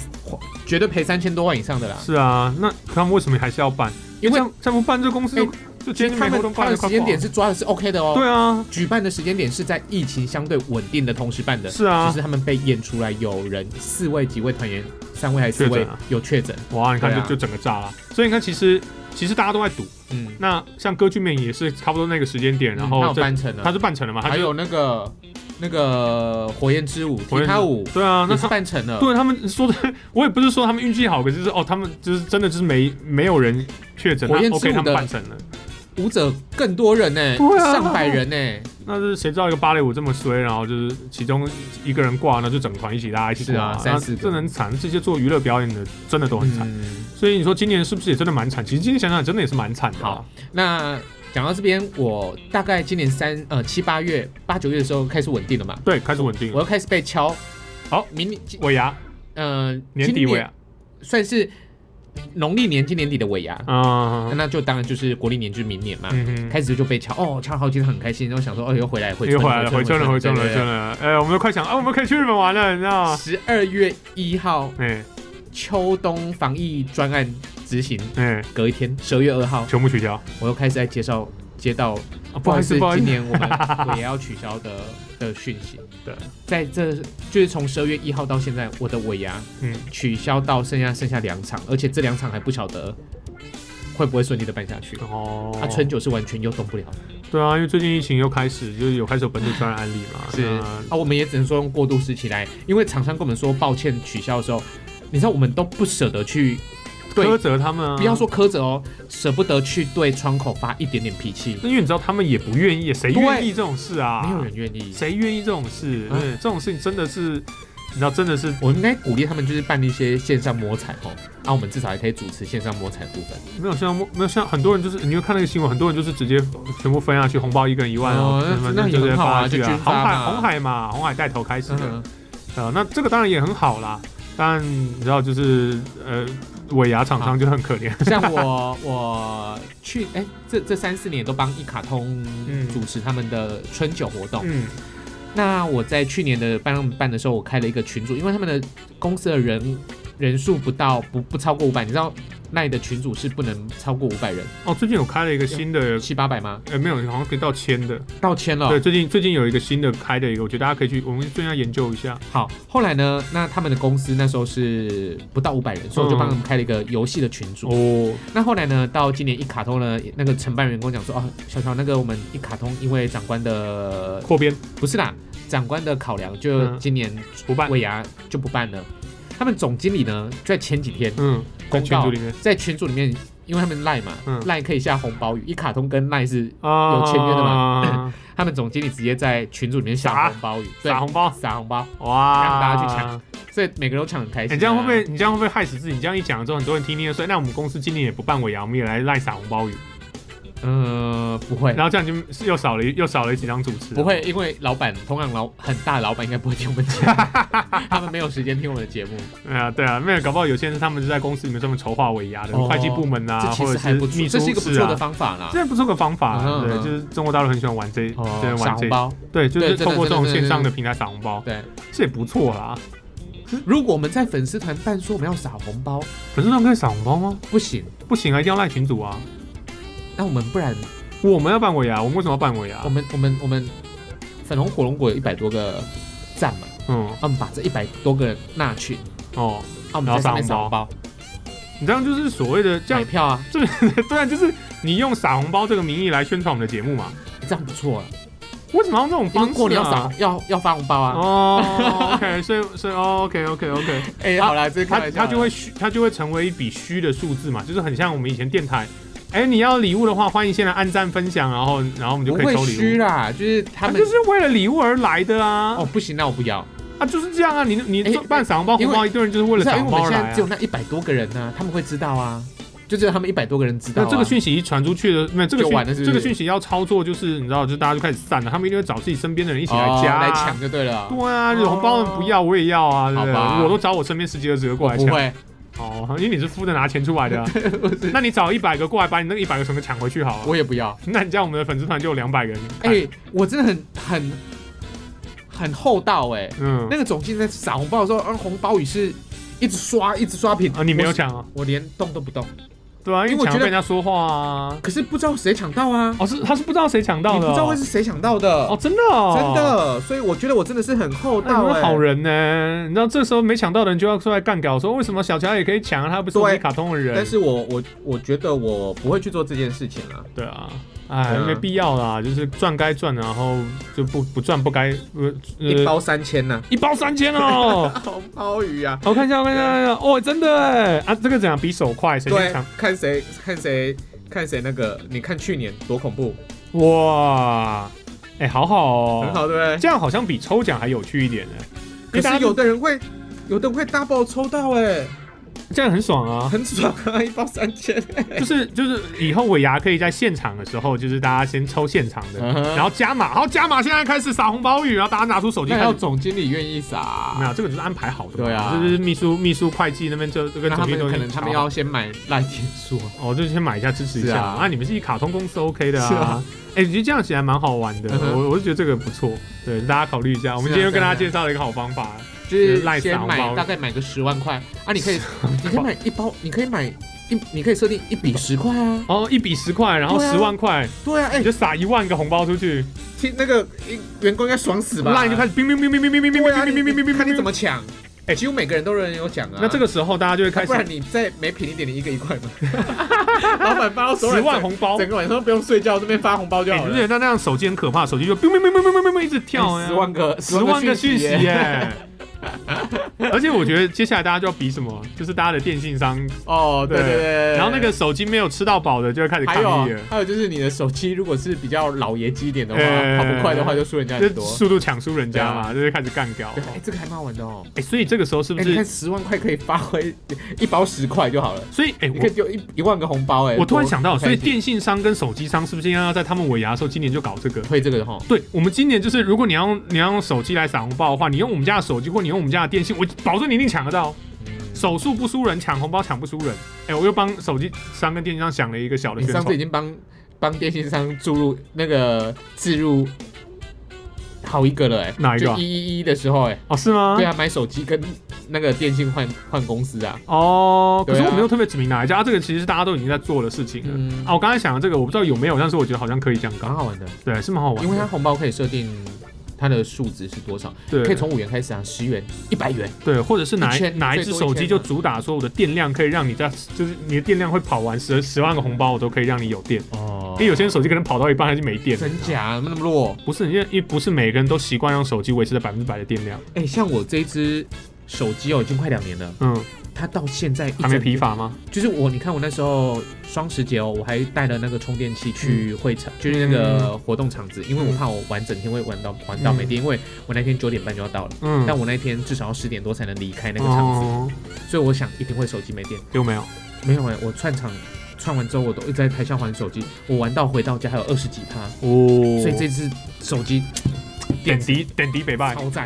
绝对赔三千多万以上的啦。是啊，那他们为什么还是要办？因为这样这样不办，这公司就哎就其今实天他没活动们他办的了，快时间垮点是抓的是 OK 的哦。对啊，举办的时间点是在疫情相对稳定的同时办的，是啊只是他们被验出来有人四位几位团员，三位还是四确位诊啊有确诊，哇，你看对就啊就整个炸了。所以你看，其实其实大家都在赌。嗯，那像歌剧魅影也是差不多那个时间点，然他后有啊这办成了，他是办成了啊嘛？他就还有那个那个火焰之舞、火焰之踢踏舞对啊，那也他是办成了，对他们说的， 我也不是说他们运气好，可是就是哦，他们就是真的就是没没有人确诊，火焰那之 OK 舞他们的办成了。舞者更多人呢、对啊上百人呢、那是谁知道一个芭蕾舞这么衰，然后就是其中一个人挂，那就整团一起大家一起是挂，啊那三四个这很惨。这些做娱乐表演的真的都很惨，嗯，所以你说今年是不是也真的蛮惨？其实今年想想真的也是蛮惨的啊。好那讲到这边，我大概今年三呃七八月、八九月的时候开始稳定了嘛，对，开始稳定了。我又开始被敲。嗯好明年今尾牙呃年底今尾牙，啊算是农历年今年底的尾牙，啊，那就当然就是国历年就是明年嘛。嗯哼，开始就被敲哦，敲了好几次很开心，然后想说哦又回来回又回来了，回春春了，回春了，啊回春了。了。哎，我们都快想啊，我们可以去日本玩了，你知道吗？十二月一号哎秋冬防疫专案执行，哎，隔一天，十二月二号，全部取消。啊我又开始在介绍接到，不好意思，不好意今思。年我们也要取消的的讯息。 对，在这就是从十二月一号到现在，我的尾牙嗯，取消到剩下剩下两场，而且这两场还不晓得会不会顺利的办下去。哦，啊，春酒是完全又动不了，对啊，因为最近疫情又开始，就是有开始有本土传染案例嘛。是那啊，我们也只能说用过渡时期来，因为厂商跟我们说抱歉取消的时候，你知道我们都不舍得去对苛责他们啊，不要说苛责哦，舍不得去对窗口发一点点脾气，那因为你知道他们也不愿意，谁对愿意这种事啊？没有人愿意。谁愿意这种事？哎对，这种事情真的是，你知道，真的是我应该鼓励他们就是办一些线上摸彩哦，啊，我们至少还可以主持线上摸彩的部分。没有像没有像很多人就是，你有看那个新闻，很多人就是直接全部分下去，红包一个人一万哦然后就那那直也接很好发啊下去就啊均。红发海嘛红海嘛，红海带头开始的，嗯，啊，那这个当然也很好啦。但你知道，就是呃，尾牙厂啊商就很可怜，像我 我去哎、这这三四年都帮一卡通嗯主持他们的春酒活动。嗯，那我在去年的帮他们办的时候，我开了一个群组，因为他们的公司的人人数不到不不超过五百，你知道那的群组是不能超过五百人，哦，最近有开了一个新的，七八百吗？呃，没有，好像可以到千的，到千了对，。最近最近有一个新的开的一个，我觉得大家可以去，我们最近要研究一下。好，后来呢，那他们的公司那时候是不到五百人，所以我就帮他们开了一个游戏的群组。哦，那后来呢，到今年一卡通呢，那个承办人跟我讲说，哦，小乔，那个我们一卡通因为长官的扩编不是啦，长官的考量，就嗯今年不办，尾牙就不办了。他们总经理呢，就在前几天嗯，在公群告组里面在群组里面，因为他们赖嘛嗯，赖、可以下红包雨，一卡通跟赖是啊有签约的 嘛，他们总经理直接在群组里面撒下红包雨，对撒，红包，撒红包，哇，让大家去抢。所以每个人都抢得很开心、啊哎你这样会不会？？你这样会不会害死自己？你这样一讲之后，很多人听听就说，那我们公司今年也不办尾牙，我们也来赖撒红包雨，呃，不会。然后这样就又少了一又少了几张主持。不会，，因为老板通常老很大的老板应该不会听我们节 目，他们没有时间听我们的节目。啊，对啊，没有，搞不好有些人是他们是在公司里面专门筹划尾牙的，哦会计部门啊，这其或实者还不错，秘书这是一个不室错的啊。方法啦这。不错个方法，嗯哼对，嗯哦就是中国大陆很喜欢玩这，喜欢撒玩红这，包，对，就对是真的通过这种真的真的线上的平台撒红包，对，这也不错啦。如果我们在粉丝团办说我们要撒红包，粉丝团可以撒红包吗？不行，不行啊，一定要赖群主啊！那我们不然啊我们要办尾牙，我们为什么要办尾牙我？们我们我们粉红火龙果有一百多个赞嘛，嗯，啊我们把这一百多个人纳群，哦，啊我们在上面撒红包，你这样就是所谓的这买样，票啊，对啊，就是你用撒红包这个名义来宣传我们的节目嘛？这样不错啊，为什么要用这种因为方过式年要啊撒？要要发红包啊，哦，OK，所以所以哦 OK OK OK，哎好啦，这是开它玩笑它的就会虚，它就会成为一笔虚的数字嘛，就是很像我们以前电台，哎，你要礼物的话，欢迎先来按赞分享，然后然后我们就不可以会抽虚礼物。啦，就是他啊们就是为了礼物而来的啊！哦不行，那我不要，啊，就是这样啊！你你哎做办赏红包，因红为包一堆人就是为不了是啊因赏为红我包们现来在啊只。有那一百多个人呢，他们会知道啊，就只有他们一百多个人知道那啊，这个讯息一传出去的，没有这个就讯完了是不是这个讯息要操作，就是你知道，就是大家就开始散了，他们一定会找自己身边的人一一起来加、哦来抢。就对了，对啊，有红包的人不要，我也要啊，对不好吧对？我都找我身边十几二十个过我来不抢。会，哦，因为你是负责拿钱出来 的、啊，那你找一百个过来，把你那个一百个全部抢回去好了。我也不要。那你这样，我们的粉丝团就有两百个人。哎、我真的很很很厚道哎、嗯，那个总经理在撒红包的时候，嗯，红包雨是一直刷一直刷屏啊，你没有我是抢啊？我连动都不动。对啊，因因为为我抢觉被得人家说话啊。可是不知道谁抢到啊，哦，是他是不知道谁抢到你的、不哦，知道会是谁抢到的，哦，真的、哦，真的。所以我觉得我真的是很厚那道你哎、是好人呢、你知道这时候没抢到的人就要出来干掉，说为什么小乔也可以抢啊？他不是我对们卡通的人。哎但是我我我觉得我不会去做这件事情了。对啊，哎，对啊没必要啦，就是赚该赚，然后就不不赚不该呃一呃包三千呢、一包三千 哦。红包雨啊，我看一下，我看一下，我看一下哦，真的哎啊，这个怎样比手快？谁先对抢？，看谁看谁看谁那个，你看去年多恐怖，哇，哎，好好哦，很好对不对？这样好像比抽奖还有趣一点呢。因可为大家是有的人会，有的人会大爆抽到哎、这样很爽啊，很爽啊，一包三千。就是就是以后尾牙可以在现场的时候，就是大家先抽现场的，嗯哼然后加码，好加码，现在开始撒红包雨，然后大家拿出手机那还开有始。总经理愿意撒没，有，这个就是安排好的嘛。对啊就是秘书、秘书、会计那边就就跟那总他经们理都已可经能他们瞧好要先买烂点数。哦，就先买一下支持一是下啊啊。你们是一卡通公司 OK 的是啊啊。哎，其实这样其实还蛮好玩的嗯，哼我我是觉得这个不错，对大家考虑一下。我们今天又跟大家介绍了一个好方法，就是赖先撒红包买大概买个十万块啊，你 可以你可以买一包，你可以买一，你可以设定一笔十块啊。哦，一笔十块，然后对啊十万块，对啊，哎你就撒一万个红包出去，听那个员工应该爽死吧？那你就开始冰冰冰冰冰冰冰冰对啊，冰你冰冰冰你冰看你冰怎。么抢。哎哎，几乎每个人都有人有奖啊。那这个时候大家就会开啊，始不然你再每品一点，你一个一 块嘛。老板发到手十软万，红包，整个晚上都不用睡觉，这边发红包就哎、好而了。且那那样手机很可怕，手机就哔哔哔哔哔哔哔一直跳、哎十万个十万个讯息哎耶耶、 而且我觉得接下来大家就要比什么，就是大家的电信商，哦，对对对对。然后那个手机没有吃到饱的就会开始还抗议有啊了，还有就是你的手机如果是比较老爷机一点的话，哎跑不快的话就输人家很就多。速度抢输人家嘛，就是开始干掉。对，哎，这个还蛮好玩的啊哦。哎、所以这个时候是不哎，你是？看十万块可以发挥一包十块就好了，所以哎、你可以丢一一万个红包哎。我我突然想到，多所以开心电信商跟手机商是不是应该要在他们尾牙的时候，今年就搞这个？推这个的哈，对我们今年就是，如果你要用你要用手机来撒红包的话，你用我们家的手机或你用我们家的电信，我保证你一定抢得到。嗯手速不输人，抢红包抢不输人。哎、我又帮手机商跟电信商想了一个小的你宣上传次已。经帮帮电信商注入那个置入好一个了哎，哪一个啊就一一一的时候哎，哦，是吗？对啊，买手机跟那个电信换换公司啊，哦，可是对我啊没有特别指明哪一家，啊这个其实大家都已经在做的事情了。嗯啊，我刚才想的这个我不知道有没有，但是我觉得好像可以这样蛮搞，好玩的，对，是蛮好玩的。因为它红包可以设定它的数值是多少。对可以从五元开始啊，十元、一百元，对，或者是哪一一千哪一只最多手一机千啊就嘛主打说我的电量可以让你在，就是你的电量会跑完十十万个红包，我都可以让你有电。哦因为有些人手机可能跑到一半它就没电了，真假啊那么弱？不是，因为因为不是每个人都习惯用手机维持在百分之百的电量。哎、像我这一只手机哦，已经快两年了，嗯，它到现在一还没整疲。乏吗？就是我，你看我那时候双十节哦，我还带了那个充电器去会场，嗯就是那个活动场子，因为我怕我玩整天会玩到玩到没电，因为我那天九点半就要到了。嗯，但我那天至少要十点多才能离开那个场子，哦所以我想一定会手机没电。有没有？没有哎、我串场串完之后，我都一直在台下玩手机，我玩到回到家还有二十几趴，哦，所以这只手机点滴点滴北拜，超赞。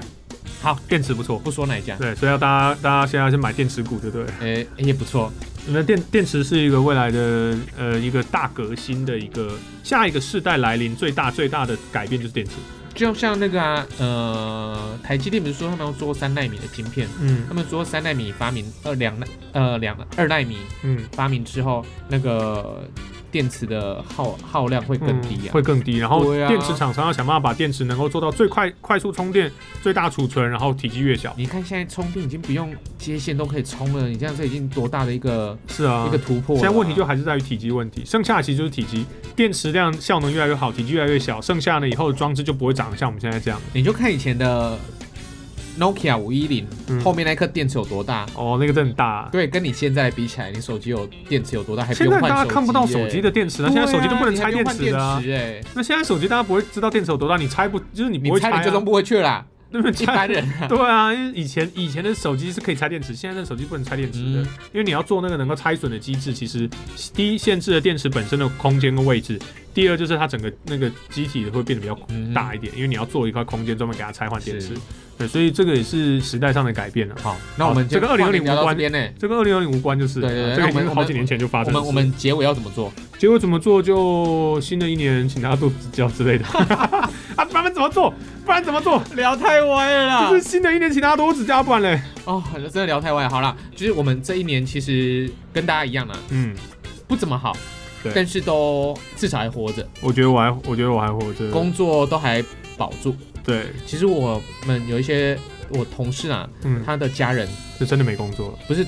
电池不错。不说哪一家，对，所以要大家大家现在先买电池股，对不对？呃、也不错，那电电池是一个未来的呃一个大革新的一个下一个世代来临最大最大的改变就是电池，就像那个啊，呃，台积电不是说他们要做三纳米的晶片，嗯他们说三纳米发明，呃两纳呃两二纳米嗯，发明之后，那个电池的耗耗量会更低嗯啊。会更低。然后对啊电池厂商要想办法把电池能够做到最快、快速充电、最大储存，然后体积越小。你看现在充电已经不用接线都可以充了，你这样子已经多大的一个、是啊，一个突破了啊、现在问题就还是在于体积问题，剩下的其实就是体积，电池量效能越来越好，体积越来越小，剩下呢以后的装置就不会长得像我们现在这样。你就看以前的 Nokia 五一零嗯后面那颗电池有多大。哦，那个真的很大。对，跟你现在比起来，你手机有电池有多大，还不现用在换手机、大家看不到手机的电池了，现在手机都对啊不能你拆还不用电换池电的啊。池哎那现在手机大家不会知道电池有多大，你拆不就是你不你会猜拆、啊？你最终不会去啦，那么一 拆般人啊。对啊，因为以前以前的手机是可以拆电池，现在的手机不能拆电池的，嗯因为你要做那个能够拆损的机制，其实第一限制了电池本身的空间跟位置，第二就是它整个那个机体会变得比较嗯大一点，因为你要做一块空间专门给它拆换电池是。对，所以这个也是时代上的改变了。好，那我们好这个今天话题2020聊到无关这边呢，这跟二零二零无关，就是对对对这个已那我经们好几年前就发我生了。们我们结尾要怎么做？结果怎么做就新的一年请大家多指教之类的 啊，不然怎么做？不然怎么做？聊太歪了啦就是新的一年请大家多指教，不然嘞， 哦，真的聊太歪。好啦，就是我们这一年其实跟大家一样啦，嗯。不怎么好对，但是都至少还活着，我觉得我还，我觉得我还活着。工作都还保住。对，其实我们有一些我同事啊，嗯，他的家人是真的没工作了。不是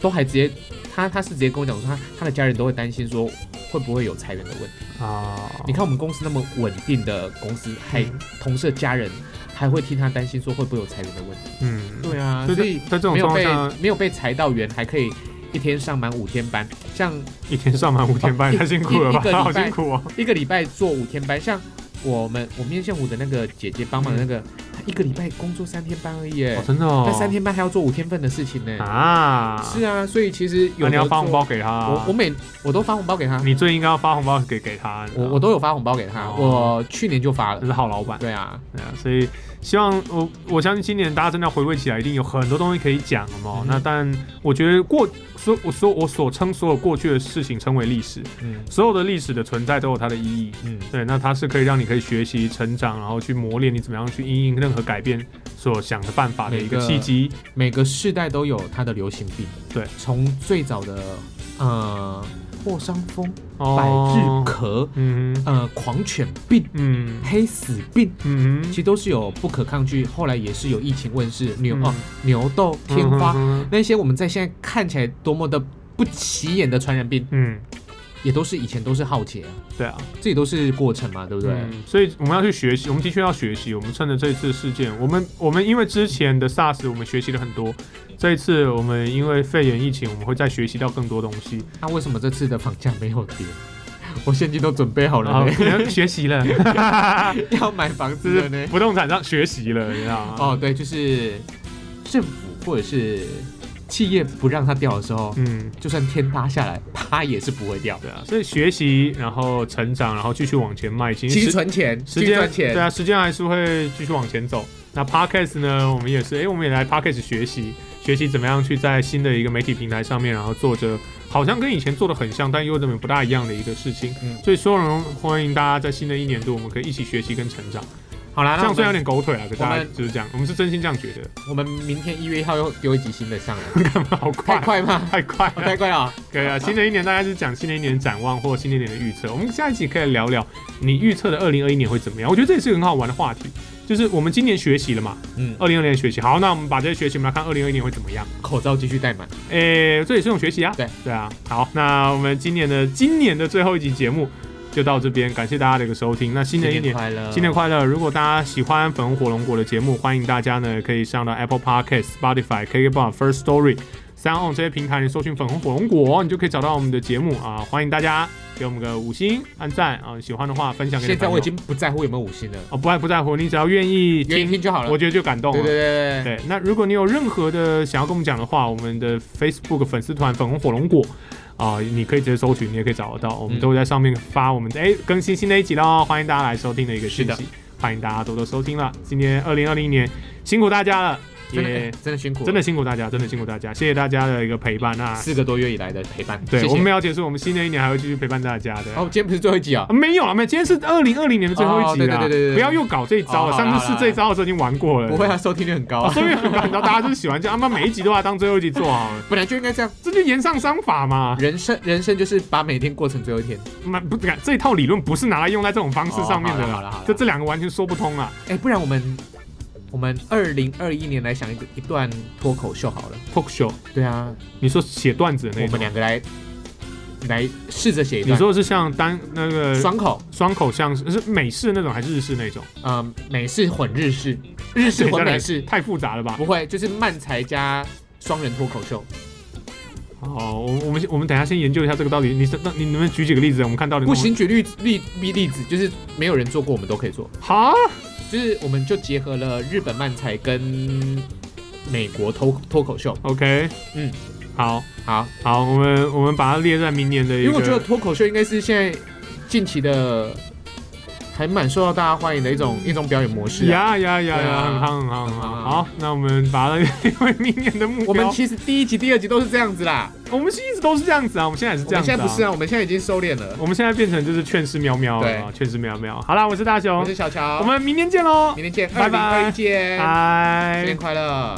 都还直接，他他是直接跟我讲说，他他的家人都会担心说会不会有裁员的问题。啊。你看我们公司那么稳定的公司，还嗯同事的家人还会替他担心说会不会有裁员的问题。嗯，对啊，所以所在以在这种没有状况被下，没有被裁到员，还可以一天上满五天班，像一天上班五天班，一太辛苦了一一个吧？礼拜好辛苦哦。一个礼拜做五天班，像我们我面线糊的那个姐姐帮忙的那个，她一个礼拜工作三天班而已耶哦，真的嗯哦。那三天班还要做五天份的事情呢。啊，是啊，所以其实有那你要的发红做包，啊嗯给他。我我每我都发红包给她，你最应该要发红包给给他。我我都有发红包给她，哦嗯我去年就发了这。是好老板。对啊，对啊，所以希望我我相信今年大家真的要回味起来，一定有很多东西可以讲了嘛。嗯那但我觉得过所我所我所称所有过去的事情称为历史，嗯所有的历史的存在都有它的意义。嗯，对，那它是可以让你可以学习、成长，然后去磨练你怎么样去因应任何改变所想的办法的一个每个契机。每个世代都有它的流行病。对，从最早的呃破伤风、百哦日，咳、嗯哼呃狂犬病、嗯黑死病，嗯哼，其实都是有不可抗拒，后来也是有疫情问世，牛、嗯哦牛痘、天花、嗯哼那些我们在现在看起来多么的不起眼的传染病，嗯，也都是以前都是浩劫啊，对啊，这也都是过程嘛，对不对？嗯所以我们要去学习，我们的确要学习。我们趁着这次事件，我们我们因为之前的 SARS 我们学习了很多，这一次我们因为肺炎疫情，我们会再学习到更多东西。那、为什么这次的房价没有跌？ 我现金都准备好好了，呢，学习了， 要买房这子了是呢。不动产上学习了，你知道吗？哦，对，就是政府或者是企业不让它掉的时候，嗯。就算天塌下来，它也是不会掉的。对啊，所以学习，然后成长，然后继续往前迈进。其实时存钱，时去间赚对钱，啊，时间还是会继续往前走。那 podcast 呢，我们也是，哎，我们也来 podcast 学习，学习怎么样去在新的一个媒体平台上面，然后做着好像跟以前做的很像，但又怎么不大一样的一个事情。嗯所以所有人欢迎大家在新的一年度，我们可以一起学习跟成长。好啦，这那样我虽然有点们狗腿啊，可大家我们就是这样，我们是真心这样觉得。我们明天一月一号又丢一集新的上来，好太快，快吗？太快哦 了。太快了。可以啊，新的一年大概是讲新的一年的展望或新的一年的预测。我们下一集可以聊聊你预测的二零二一年会怎么样？我觉得这也是个很好玩的话题。就是我们今年学习了嘛，嗯，二零二年学习，好，那我们把这些学习，我们来看二零二一年会怎么样？口罩继续戴满，诶、这也是一种学习啊。对对啊，好，那我们今年的今年的最后一集节目就到这边，感谢大家的一个收听。那新的一年快乐，新年快乐！如果大家喜欢粉红火龙果的节目，欢迎大家呢可以上到 Apple Podcast、Spotify、KKBox、First Story、三 on 这些平台，你搜寻粉红火龙果，你就可以找到我们的节目啊！欢迎大家给我们个五星按赞啊！喜欢的话分享给你现的在朋友我已经不在乎有没有五星了，哦不爱不在乎，你只要愿意愿意听，听就好了。我觉得就感动对了。对对对对，对，那如果你有任何的想要跟我们讲的话，我们的 Facebook 粉丝团粉红火龙果啊、你可以直接搜寻，你也可以找得到，我们嗯都会在上面发我们的哎、更新新的一集喽，欢迎大家来收听的一个讯是的息，欢迎大家多多收听了，今年二零二零年辛苦大家了，真的、也哎真的辛苦了，真的辛苦大家，真的辛苦大家，谢谢大家的一个陪伴啊！四个多月以来的陪伴，对谢谢我们没有结束，我们新的一年还会继续陪伴大家的。好，今天不是最后一集啊啊，没有了，没有，今天是二零二零年的最后一集啦，哦对对对对对不要又搞这一招哦了。好啦上次好试啦这一招的时候已经玩过了，不会啊，收听率很高啊，啊，所以很感到大家就是喜欢这样，他妈每一集都把它当最后一集做好了，本来就应该这样，这就言上商法 嘛。人生人生就是把每天过成最后一天。那不敢，这一套理论不是拿来用在这种方式上面的哦好啦好啦好啦这这两个完全说不通啊。哎、不然我们我们二零二一年来想一个一段脱口秀好了。 Talk show，对啊，你说写段子的那我种，们两个来来试着写一你段。说的是像单那个双口，双口相声，是美式那种还是日式那种？嗯，美式混日式，日式混美式，太复杂了吧？不会，就是慢才加双人脱口秀。哦，我我们我们等一下先研究一下这个到底，你是那你能不能举几个例子，我们看到底不行，举例例例例子，就是没有人做过，我们都可以做。哈，就是我们就结合了日本漫才跟美国脱脱口秀。 OK，嗯，好，好，好，我们我们把它列在明年的一因为个，我觉得脱口秀应该是现在近期的还蛮受到大家欢迎的一嗯种一种表演模式、啊。呀呀呀对呀，啊很夯很夯很很夯夯。啊好，那我们把它 列为明年的目标。我们其实第一集、第二集都是这样子啦，我们是一直都是这样子啊，我们现在也是我这样们子、啊。现在不是啊，我们现在已经收敛了。我们现在变成就是劝世喵喵了啊，劝世喵喵。好啦，哦我是大我雄是，小乔，我们明年见喽，明天见，拜二零拜二一见，新拜年。快乐。